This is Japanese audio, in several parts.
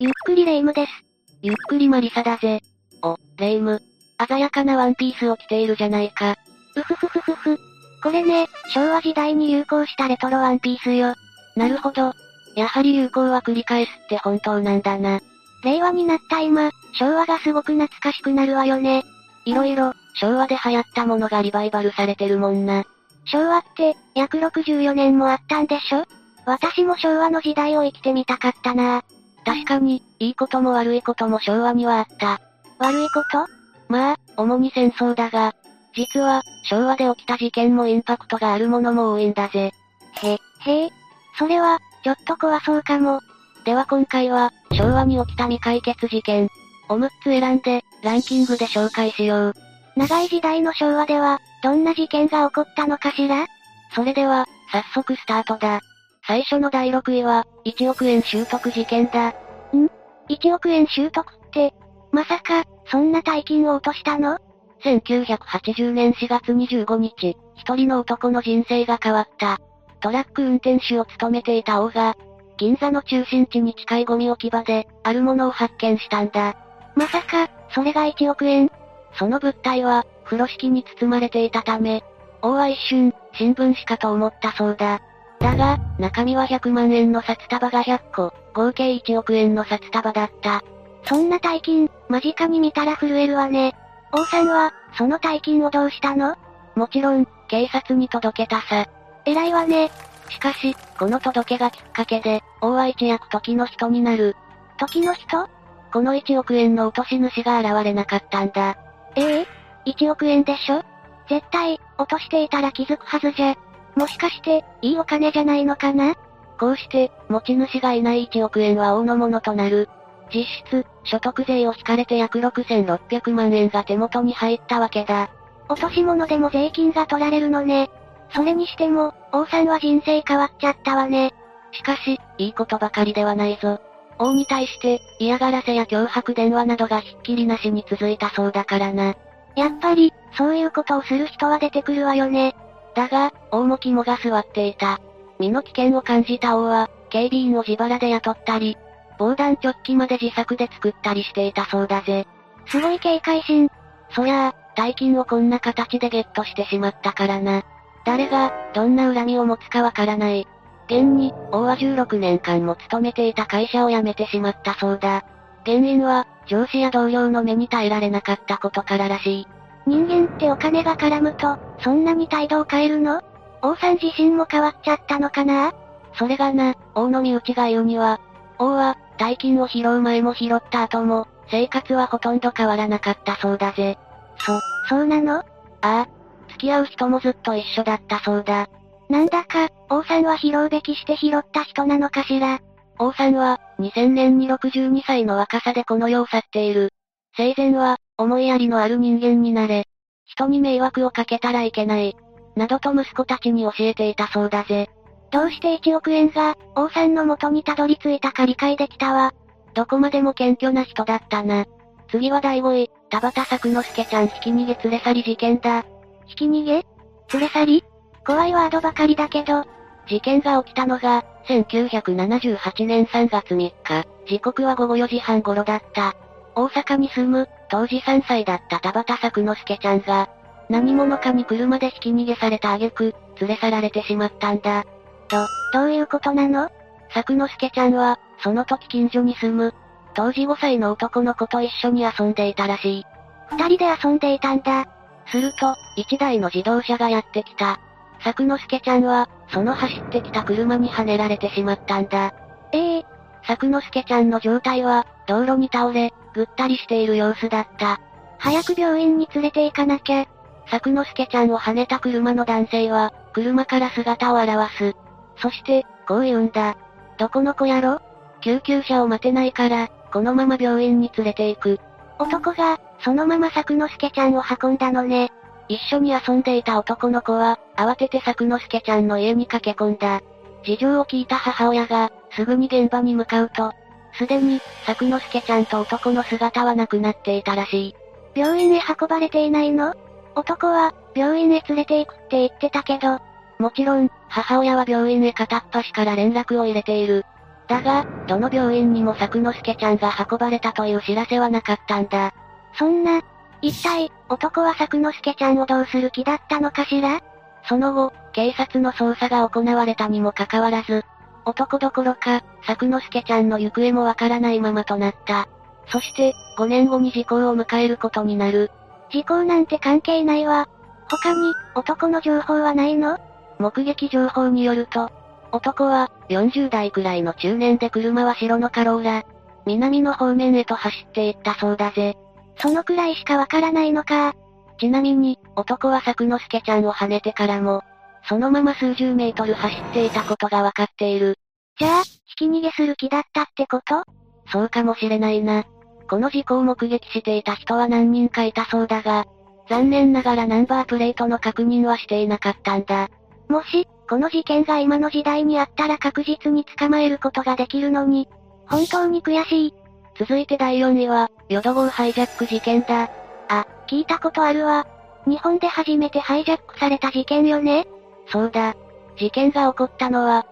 ゆっくりレ夢ムです。ゆっくりマリサだぜ。お、レ夢ム。鮮やかなワンピースを着ているじゃないか。うふふふふふ。これね、昭和時代に流行したレトロワンピースよ。なるほど。やはり流行は繰り返すって本当なんだな。令和になった今、昭和がすごく懐かしくなるわよね。いろいろ、昭和で流行ったものがリバイバルされてるもんな。昭和って、約64年もあったんでしょ私も昭和の時代を生きてみたかったな確かに、いいことも悪いことも昭和にはあった。悪いことまあ、主に戦争だが、実は、昭和で起きた事件もインパクトがあるものも多いんだぜ。へ、へえ。それは、ちょっと怖そうかも。では今回は、昭和に起きた未解決事件、を6つ選んで、ランキングで紹介しよう。長い時代の昭和では、どんな事件が起こったのかしらそれでは、早速スタートだ。最初の第6位は、1億円習得事件だ。 1億円習得って、まさか、そんな大金を落としたの1980年4月25日、一人の男の人生が変わった。トラック運転手を務めていた王が、銀座の中心地に近いゴミ置き場で、あるものを発見したんだ。まさか、それが1億円その物体は、風呂敷に包まれていたため、王は一瞬、新聞紙かと思ったそうだ。だが、中身は100万円の札束が100個、合計1億円の札束だった。そんな大金、間近に見たら震えるわね。王さんは、その大金をどうしたのもちろん、警察に届けたさ。偉いわね。しかし、この届けがきっかけで、王は一躍時の人になる。時の人この1億円の落とし主が現れなかったんだ。ええ ?1 億円でしょ絶対、落としていたら気づくはずじゃ。もしかして、いいお金じゃないのかなこうして、持ち主がいない1億円は王のものとなる。実質、所得税を引かれて約6600万円が手元に入ったわけだ。落とし物でも税金が取られるのね。それにしても、王さんは人生変わっちゃったわね。しかし、いいことばかりではないぞ。王に対して、嫌がらせや脅迫電話などがひっきりなしに続いたそうだからな。やっぱり、そういうことをする人は出てくるわよね。だが、王も肝が据わっていた。身の危険を感じた王は、警備員を自腹で雇ったり、防弾チョッキまで自作で作ったりしていたそうだぜ。すごい警戒心。そりゃあ、大金をこんな形でゲットしてしまったからな。誰が、どんな恨みを持つかわからない。現に、王は16年間も勤めていた会社を辞めてしまったそうだ。原因は、上司や同僚の目に耐えられなかったことかららしい。人間ってお金が絡むと、そんなに態度を変えるの王さん自身も変わっちゃったのかなそれがな、王の身内が言うには、王は、大金を拾う前も拾った後も、生活はほとんど変わらなかったそうだぜ。そ、そうなのああ、付き合う人もずっと一緒だったそうだ。なんだか、王さんは拾うべきして拾った人なのかしら。王さんは、2000年に62歳の若さでこの世を去っている。生前は、思いやりのある人間になれ。人に迷惑をかけたらいけない。などと息子たちに教えていたそうだぜ。どうして1億円が、王さんの元にたどり着いたか理解できたわ。どこまでも謙虚な人だったな。次は第5位、田畑作之助ちゃんひき逃げ連れ去り事件だ。ひき逃げ連れ去り怖いワードばかりだけど、事件が起きたのが、1978年3月3日、時刻は午後4時半頃だった。大阪に住む、当時3歳だった田畑作之助ちゃんが、何者かに車でひき逃げされた挙句、連れ去られてしまったんだ。どういうことなの作之助ちゃんは、その時近所に住む、当時5歳の男の子と一緒に遊んでいたらしい。二人で遊んでいたんだ。すると、一台の自動車がやってきた。作之助ちゃんは、その走ってきた車にはねられてしまったんだ。ええ作之助ちゃんの状態は、道路に倒れ、ぐったりしている様子だった。早く病院に連れて行かなきゃ。作之助ちゃんをはねた車の男性は、車から姿を現す。そして、こう言うんだ。どこの子やろ救急車を待てないから、このまま病院に連れて行く。男が、そのまま作之助ちゃんを運んだのね。一緒に遊んでいた男の子は、慌てて作之助ちゃんの家に駆け込んだ。事情を聞いた母親が、すぐに現場に向かうと、すでに、作之助ちゃんと男の姿はなくなっていたらしい。病院へ運ばれていないの男は、病院へ連れて行くって言ってたけど、もちろん、母親は病院へ片っ端から連絡を入れている。だが、どの病院にも作之助ちゃんが運ばれたという知らせはなかったんだ。そんな、一体、男は作之助ちゃんをどうする気だったのかしらその後、警察の捜査が行われたにもかかわらず、男どころか、作之助ちゃんの行方もわからないままとなった。そして、5年後に時効を迎えることになる。時効なんて関係ないわ。他に、男の情報はないの目撃情報によると、男は、40代くらいの中年で車は白のカローラ、南の方面へと走っていったそうだぜ。そのくらいしかわからないのか。ちなみに、男は作之助ちゃんを跳ねてからも、そのまま数十メートル走っていたことがわかっている。じゃあ、ひき逃げする気だったってことそうかもしれないな。この事故を目撃していた人は何人かいたそうだが、残念ながらナンバープレートの確認はしていなかったんだ。もし、この事件が今の時代にあったら確実に捕まえることができるのに、本当に悔しい。続いて第4位は、淀号ハイジャック事件だ。聞いたことあるわ。日本で初めてハイジャックされた事件よね。そうだ。事件が起こったのは、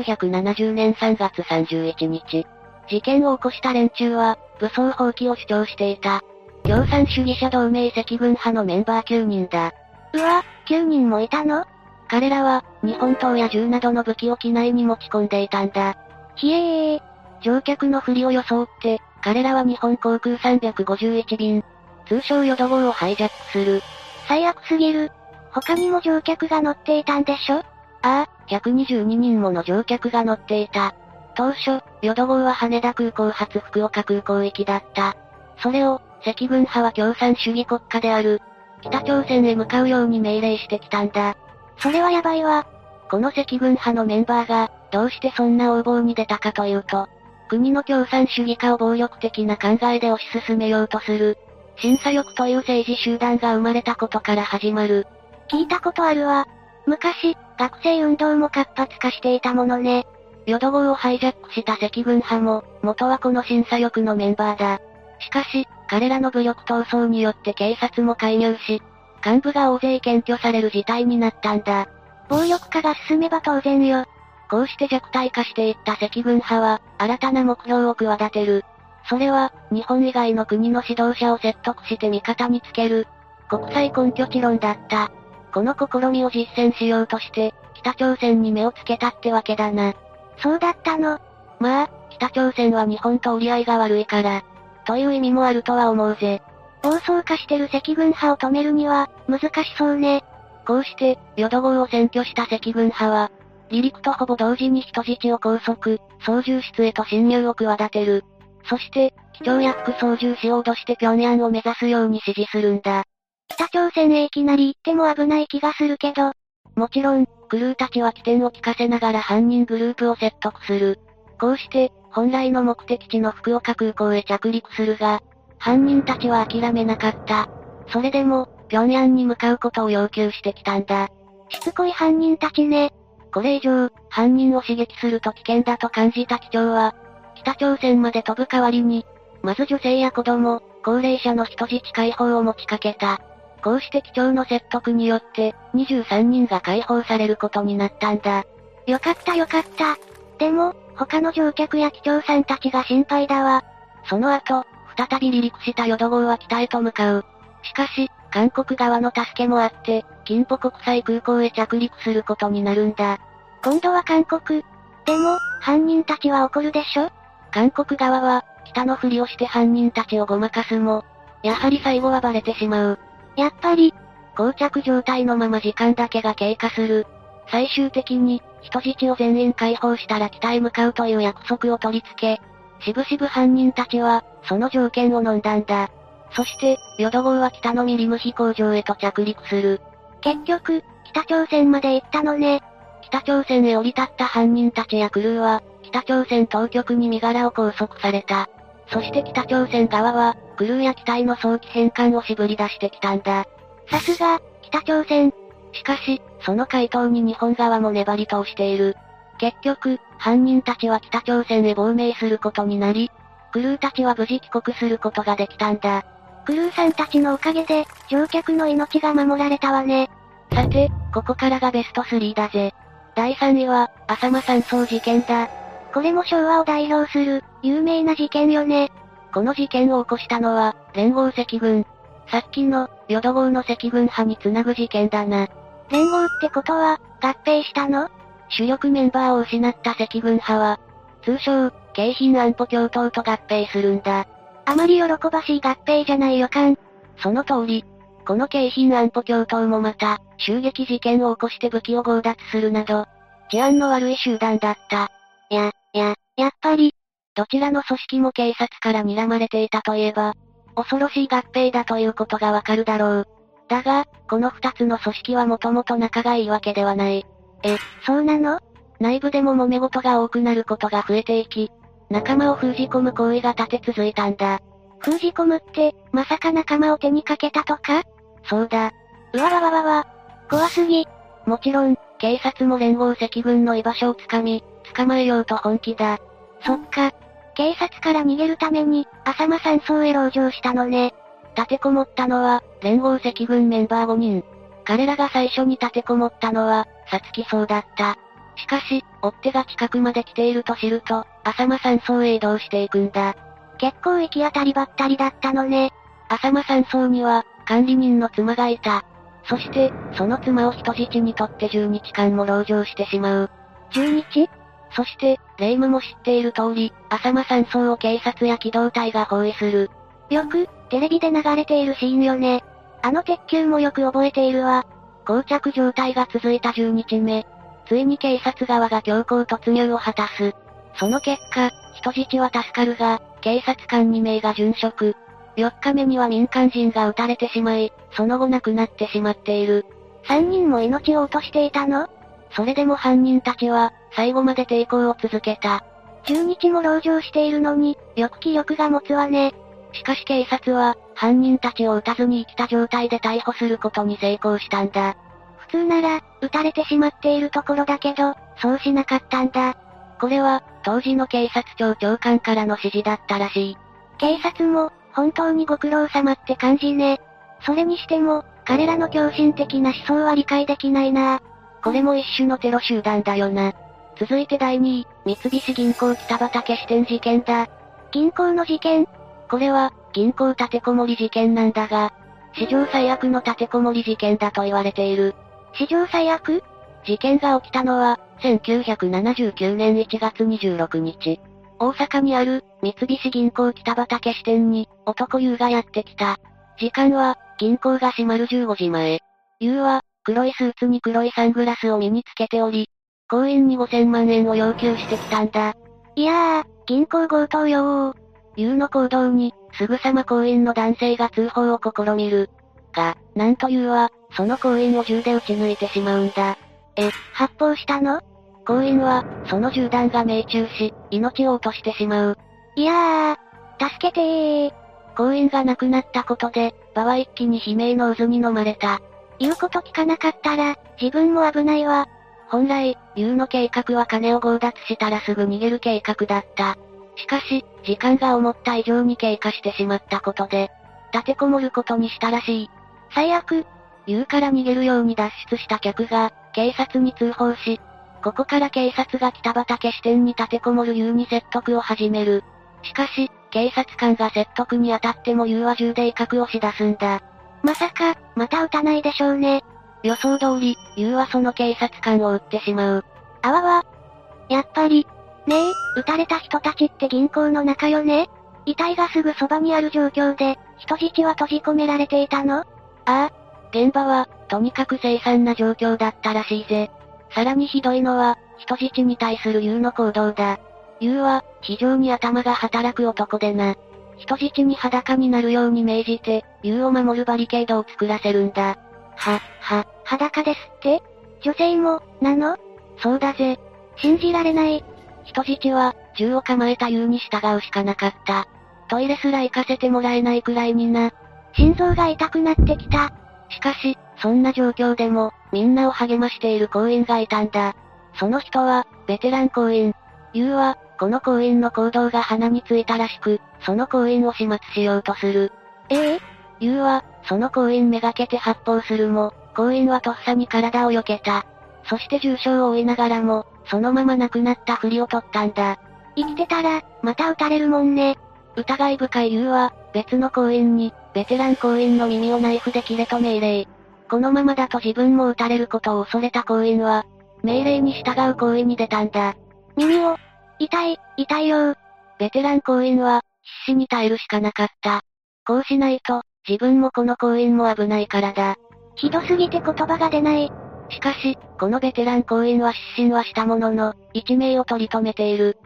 1970年3月31日。事件を起こした連中は、武装放棄を主張していた。共産主義者同盟赤軍派のメンバー9人だ。うわ、9人もいたの彼らは、日本刀や銃などの武器を機内に持ち込んでいたんだ。ひえー。乗客のふりを装って、彼らは日本航空351便、通称ヨド号をハイジャックする。最悪すぎる。他にも乗客が乗っていたんでしょああ、122人もの乗客が乗っていた。当初、淀号は羽田空港発福岡空港行きだった。それを、赤軍派は共産主義国家である、北朝鮮へ向かうように命令してきたんだ。それはやばいわ。この赤軍派のメンバーが、どうしてそんな横暴に出たかというと、国の共産主義化を暴力的な考えで推し進めようとする、審査欲という政治集団が生まれたことから始まる。聞いたことあるわ。昔、学生運動も活発化していたものね。淀号をハイジャックした赤軍派も、元はこの審査欲のメンバーだ。しかし、彼らの武力闘争によって警察も介入し、幹部が大勢検挙される事態になったんだ。暴力化が進めば当然よ。こうして弱体化していった赤軍派は、新たな目標を企てる。それは、日本以外の国の指導者を説得して味方につける、国際根拠地論だった。この試みを実践しようとして、北朝鮮に目をつけたってわけだな。そうだったの。まあ、北朝鮮は日本と折り合いが悪いから、という意味もあるとは思うぜ。暴走化してる赤軍派を止めるには、難しそうね。こうして、淀号を占拠した赤軍派は、離陸とほぼ同時に人質を拘束、操縦室へと侵入を企てる。そして、機長や副操縦士を脅して平壌を目指すように指示するんだ。北朝鮮へいきなり行っても危ない気がするけど、もちろん、クルーたちは起点を聞かせながら犯人グループを説得する。こうして、本来の目的地の福岡空港へ着陸するが、犯人たちは諦めなかった。それでも、平壌に向かうことを要求してきたんだ。しつこい犯人たちね。これ以上、犯人を刺激すると危険だと感じた機長は、北朝鮮まで飛ぶ代わりに、まず女性や子供、高齢者の人質解放を持ちかけた。こうして機長の説得によって、23人が解放されることになったんだ。よかったよかった。でも、他の乗客や機長さんたちが心配だわ。その後、再び離陸した淀号は北へと向かう。しかし、韓国側の助けもあって、金浦国際空港へ着陸することになるんだ。今度は韓国。でも、犯人たちは怒るでしょ韓国側は、北のふりをして犯人たちをごまかすも、やはり最後はバレてしまう。やっぱり、膠着状態のまま時間だけが経過する。最終的に、人質を全員解放したら北へ向かうという約束を取り付け、しぶしぶ犯人たちは、その条件を飲んだんだ。そして、淀号は北のミリム飛行場へと着陸する。結局、北朝鮮まで行ったのね。北朝鮮へ降り立った犯人たちやクルーは、北朝鮮当局に身柄を拘束された。そして北朝鮮側は、クルーや機体の早期返還を絞り出してきたんだ。さすが、北朝鮮。しかし、その回答に日本側も粘り通している。結局、犯人たちは北朝鮮へ亡命することになり、クルーたちは無事帰国することができたんだ。クルーさんたちのおかげで、乗客の命が守られたわね。さて、ここからがベスト3だぜ。第3位は、浅間山荘事件だ。これも昭和を代表する、有名な事件よね。この事件を起こしたのは、連合赤軍。さっきの、淀号の赤軍派につなぐ事件だな。連合ってことは、合併したの主力メンバーを失った赤軍派は、通称、京浜安保共闘と合併するんだ。あまり喜ばしい合併じゃない予感。その通り。この京浜安保共闘もまた、襲撃事件を起こして武器を強奪するなど、治安の悪い集団だった。や、や、やっぱり、どちらの組織も警察から睨まれていたといえば、恐ろしい合併だということがわかるだろう。だが、この二つの組織はもともと仲がいいわけではない。え、そうなの内部でも揉め事が多くなることが増えていき、仲間を封じ込む行為が立て続いたんだ。封じ込むって、まさか仲間を手にかけたとかそうだ。うわわわわわ。怖すぎ。もちろん、警察も連合赤軍の居場所をつかみ、捕まえようと本気だ。そっか。警察から逃げるために、浅間山荘へ籠城したのね。立てこもったのは、連合赤軍メンバー5人。彼らが最初に立てこもったのは、さつきそうだった。しかし、追っ手が近くまで来ていると知ると、浅間山荘へ移動していくんだ。結構行き当たりばったりだったのね。浅間山荘には、管理人の妻がいた。そして、その妻を人質にとって10日間も籠城してしまう。 10日そして、霊夢も知っている通り、浅間山荘を警察や機動隊が包囲する。よく、テレビで流れているシーンよね。あの鉄球もよく覚えているわ。膠着状態が続いた10日目。ついに警察側が強行突入を果たす。その結果、人質は助かるが、警察官2名が殉職。4日目には民間人が撃たれてしまい、その後亡くなってしまっている。 3人も命を落としていたのそれでも犯人たちは、最後まで抵抗を続けた。 10日も籠城しているのに、よく気力が持つわね。しかし警察は、犯人たちを撃たずに生きた状態で逮捕することに成功したんだ。普通なら、撃たれてしまっているところだけど、そうしなかったんだ。これは、当時の警察庁長官からの指示だったらしい。警察も、本当にご苦労様って感じね。それにしても、彼らの狂心的な思想は理解できないなこれも一種のテロ集団だよな。続いて第2位、三菱銀行北畑支店事件だ。銀行の事件これは、銀行立てこもり事件なんだが、史上最悪の立てこもり事件だと言われている。史上最悪事件が起きたのは、1979年1月26日。大阪にある、三菱銀行北畑支店に、男優がやってきた。時間は、銀行が閉まる15時前。優は、黒いスーツに黒いサングラスを身につけており、行員に5000万円を要求してきたんだ。いやー、銀行強盗よー。優の行動に、すぐさま行員の男性が通報を試みる。が、なんと優は、その行員を銃で撃ち抜いてしまうんだ。え、発砲したの行員は、その銃弾が命中し、命を落としてしまう。いやー、助けてー。行員が亡くなったことで、場は一気に悲鳴の渦に飲まれた。言うこと聞かなかったら、自分も危ないわ。本来、優の計画は金を強奪したらすぐ逃げる計画だった。しかし、時間が思った以上に経過してしまったことで、立てこもることにしたらしい。最悪。優から逃げるように脱出した客が、警察に通報し、ここから警察が北畑支店に立てこもる優に説得を始める。しかし、警察官が説得に当たっても優は銃で威嚇をし出すんだ。まさか、また撃たないでしょうね。予想通り、優はその警察官を撃ってしまう。あわわ。やっぱり。ねえ、撃たれた人たちって銀行の中よね遺体がすぐそばにある状況で、人質は閉じ込められていたのああ。現場は、とにかく凄惨な状況だったらしいぜ。さらにひどいのは、人質に対する優の行動だ。優は、非常に頭が働く男でな。人質に裸になるように命じて、優を守るバリケードを作らせるんだ。は、は、裸ですって女性も、なのそうだぜ。信じられない。人質は、銃を構えた優に従うしかなかった。トイレすら行かせてもらえないくらいにな。心臓が痛くなってきた。しかし、そんな状況でも、みんなを励ましている行員がいたんだ。その人は、ベテラン行員。優は、この行員の行動が鼻についたらしく、その行員を始末しようとする。ええ優は、その行員めがけて発砲するも、行員はとっさに体を避けた。そして重傷を負いながらも、そのまま亡くなったふりを取ったんだ。生きてたら、また撃たれるもんね。疑い深い理由は、別の行員に、ベテラン行員の耳をナイフで切れと命令。このままだと自分も撃たれることを恐れた行員は、命令に従う行為に出たんだ。耳を、痛い、痛いよー。ベテラン行員は、必死に耐えるしかなかった。こうしないと、自分もこの行員も危ないからだ。ひどすぎて言葉が出ない。しかし、このベテラン行員は失神はしたものの、一命を取り留めている。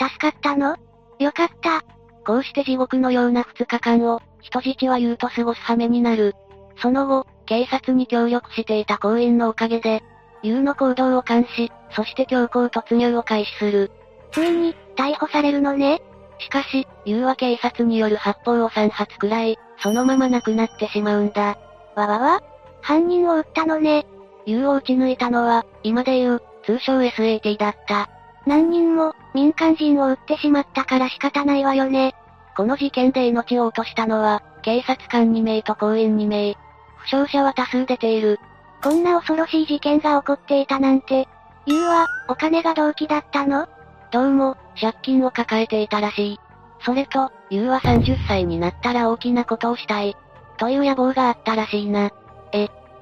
助かったのよかった。こうして地獄のような2日間を、人質は言うと過ごす羽目になる。その後、警察に協力していた行員のおかげで、優の行動を監視、そして強行突入を開始する。ついに、逮捕されるのね。しかし、優は警察による発砲を3発くらい、そのまま亡くなってしまうんだ。わわわ犯人を撃ったのね。優を撃ち抜いたのは、今で言う、通称 SAT だった。何人も、民間人を撃ってしまったから仕方ないわよね。この事件で命を落としたのは、警察官2名と行員2名。負傷者は多数出ている。こんな恐ろしい事件が起こっていたなんて。ゆうは、お金が動機だったのどうも、借金を抱えていたらしい。それと、ゆうは30歳になったら大きなことをしたい。という野望があったらしいな。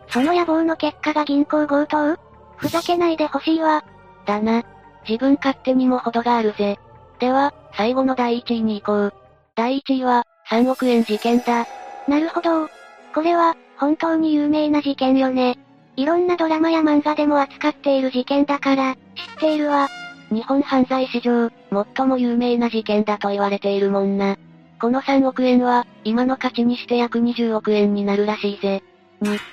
その野望の結果が銀行強盗ふざけないでほしいわ。だな。自分勝手にも程があるぜ。では、最後の第1位に行こう。第1位は、3億円事件だ。なるほど。これは、本当に有名な事件よね。いろんなドラマや漫画でも扱っている事件だから、知っているわ。日本犯罪史上、最も有名な事件だと言われているもんな。この3億円は、今の価値にして約20億円になるらしいぜ。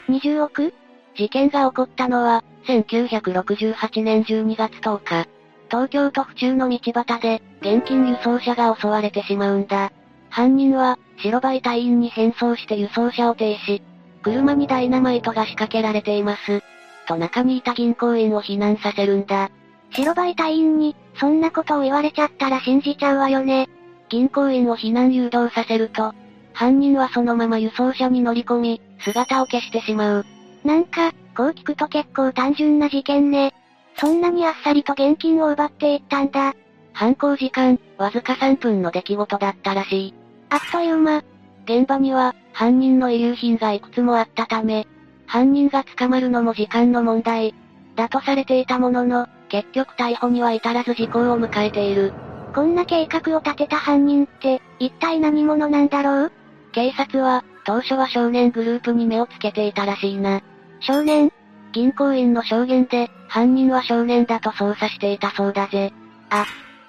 20億事件が起こったのは、1968年12月10日。東京都府中の道端で、現金輸送車が襲われてしまうんだ。犯人は、白バイ隊員に変装して輸送車を停止。車にダイナマイトが仕掛けられています。と中にいた銀行員を避難させるんだ。白バイ隊員に、そんなことを言われちゃったら信じちゃうわよね。銀行員を避難誘導させると、犯人はそのまま輸送車に乗り込み、姿を消してしまう。なんか、こう聞くと結構単純な事件ね。そんなにあっさりと現金を奪っていったんだ。犯行時間、わずか3分の出来事だったらしい。あっという間、現場には、犯人の遺留品がいくつもあったため、犯人が捕まるのも時間の問題、だとされていたものの、結局逮捕には至らず時効を迎えている。こんな計画を立てた犯人って、一体何者なんだろう警察は、当初は少年グループに目をつけていたらしいな。少年、銀行員の証言で、犯人は少年だと捜査していたそうだぜ。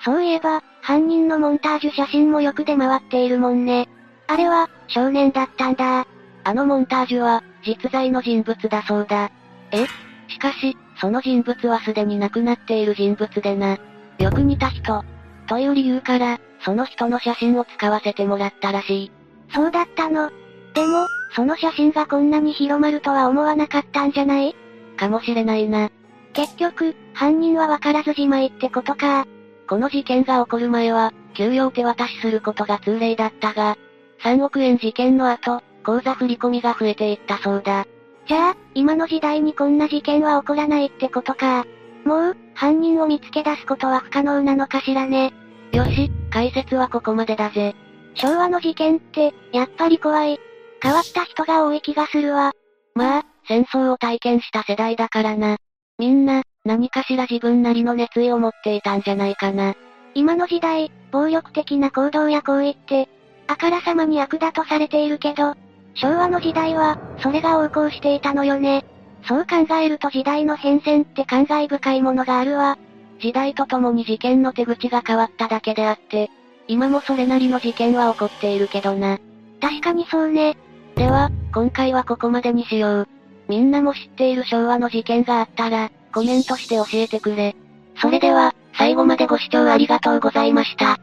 そういえば、犯人のモンタージュ写真もよく出回っているもんね。あれは、少年だったんだ。あのモンタージュは、実在の人物だそうだ。えしかし、その人物はすでに亡くなっている人物でな。よく似た人。という理由から、その人の写真を使わせてもらったらしい。そうだったの。でも、その写真がこんなに広まるとは思わなかったんじゃないかもしれないな。結局、犯人はわからずじまいってことか。この事件が起こる前は、給与を手渡しすることが通例だったが、3億円事件の後、口座振込が増えていったそうだ。じゃあ、今の時代にこんな事件は起こらないってことか。もう、犯人を見つけ出すことは不可能なのかしらね。よし、解説はここまでだぜ。昭和の事件って、やっぱり怖い。変わった人が多い気がするわ。まあ、戦争を体験した世代だからな。みんな、何かしら自分なりの熱意を持っていたんじゃないかな。今の時代、暴力的な行動や行為って、あからさまに悪だとされているけど、昭和の時代は、それが横行していたのよね。そう考えると時代の変遷って感慨深いものがあるわ。時代とともに事件の手口が変わっただけであって、今もそれなりの事件は起こっているけどな。確かにそうね。では、今回はここまでにしよう。みんなも知っている昭和の事件があったら、コメントして教えてくれ。それでは、最後までご視聴ありがとうございました。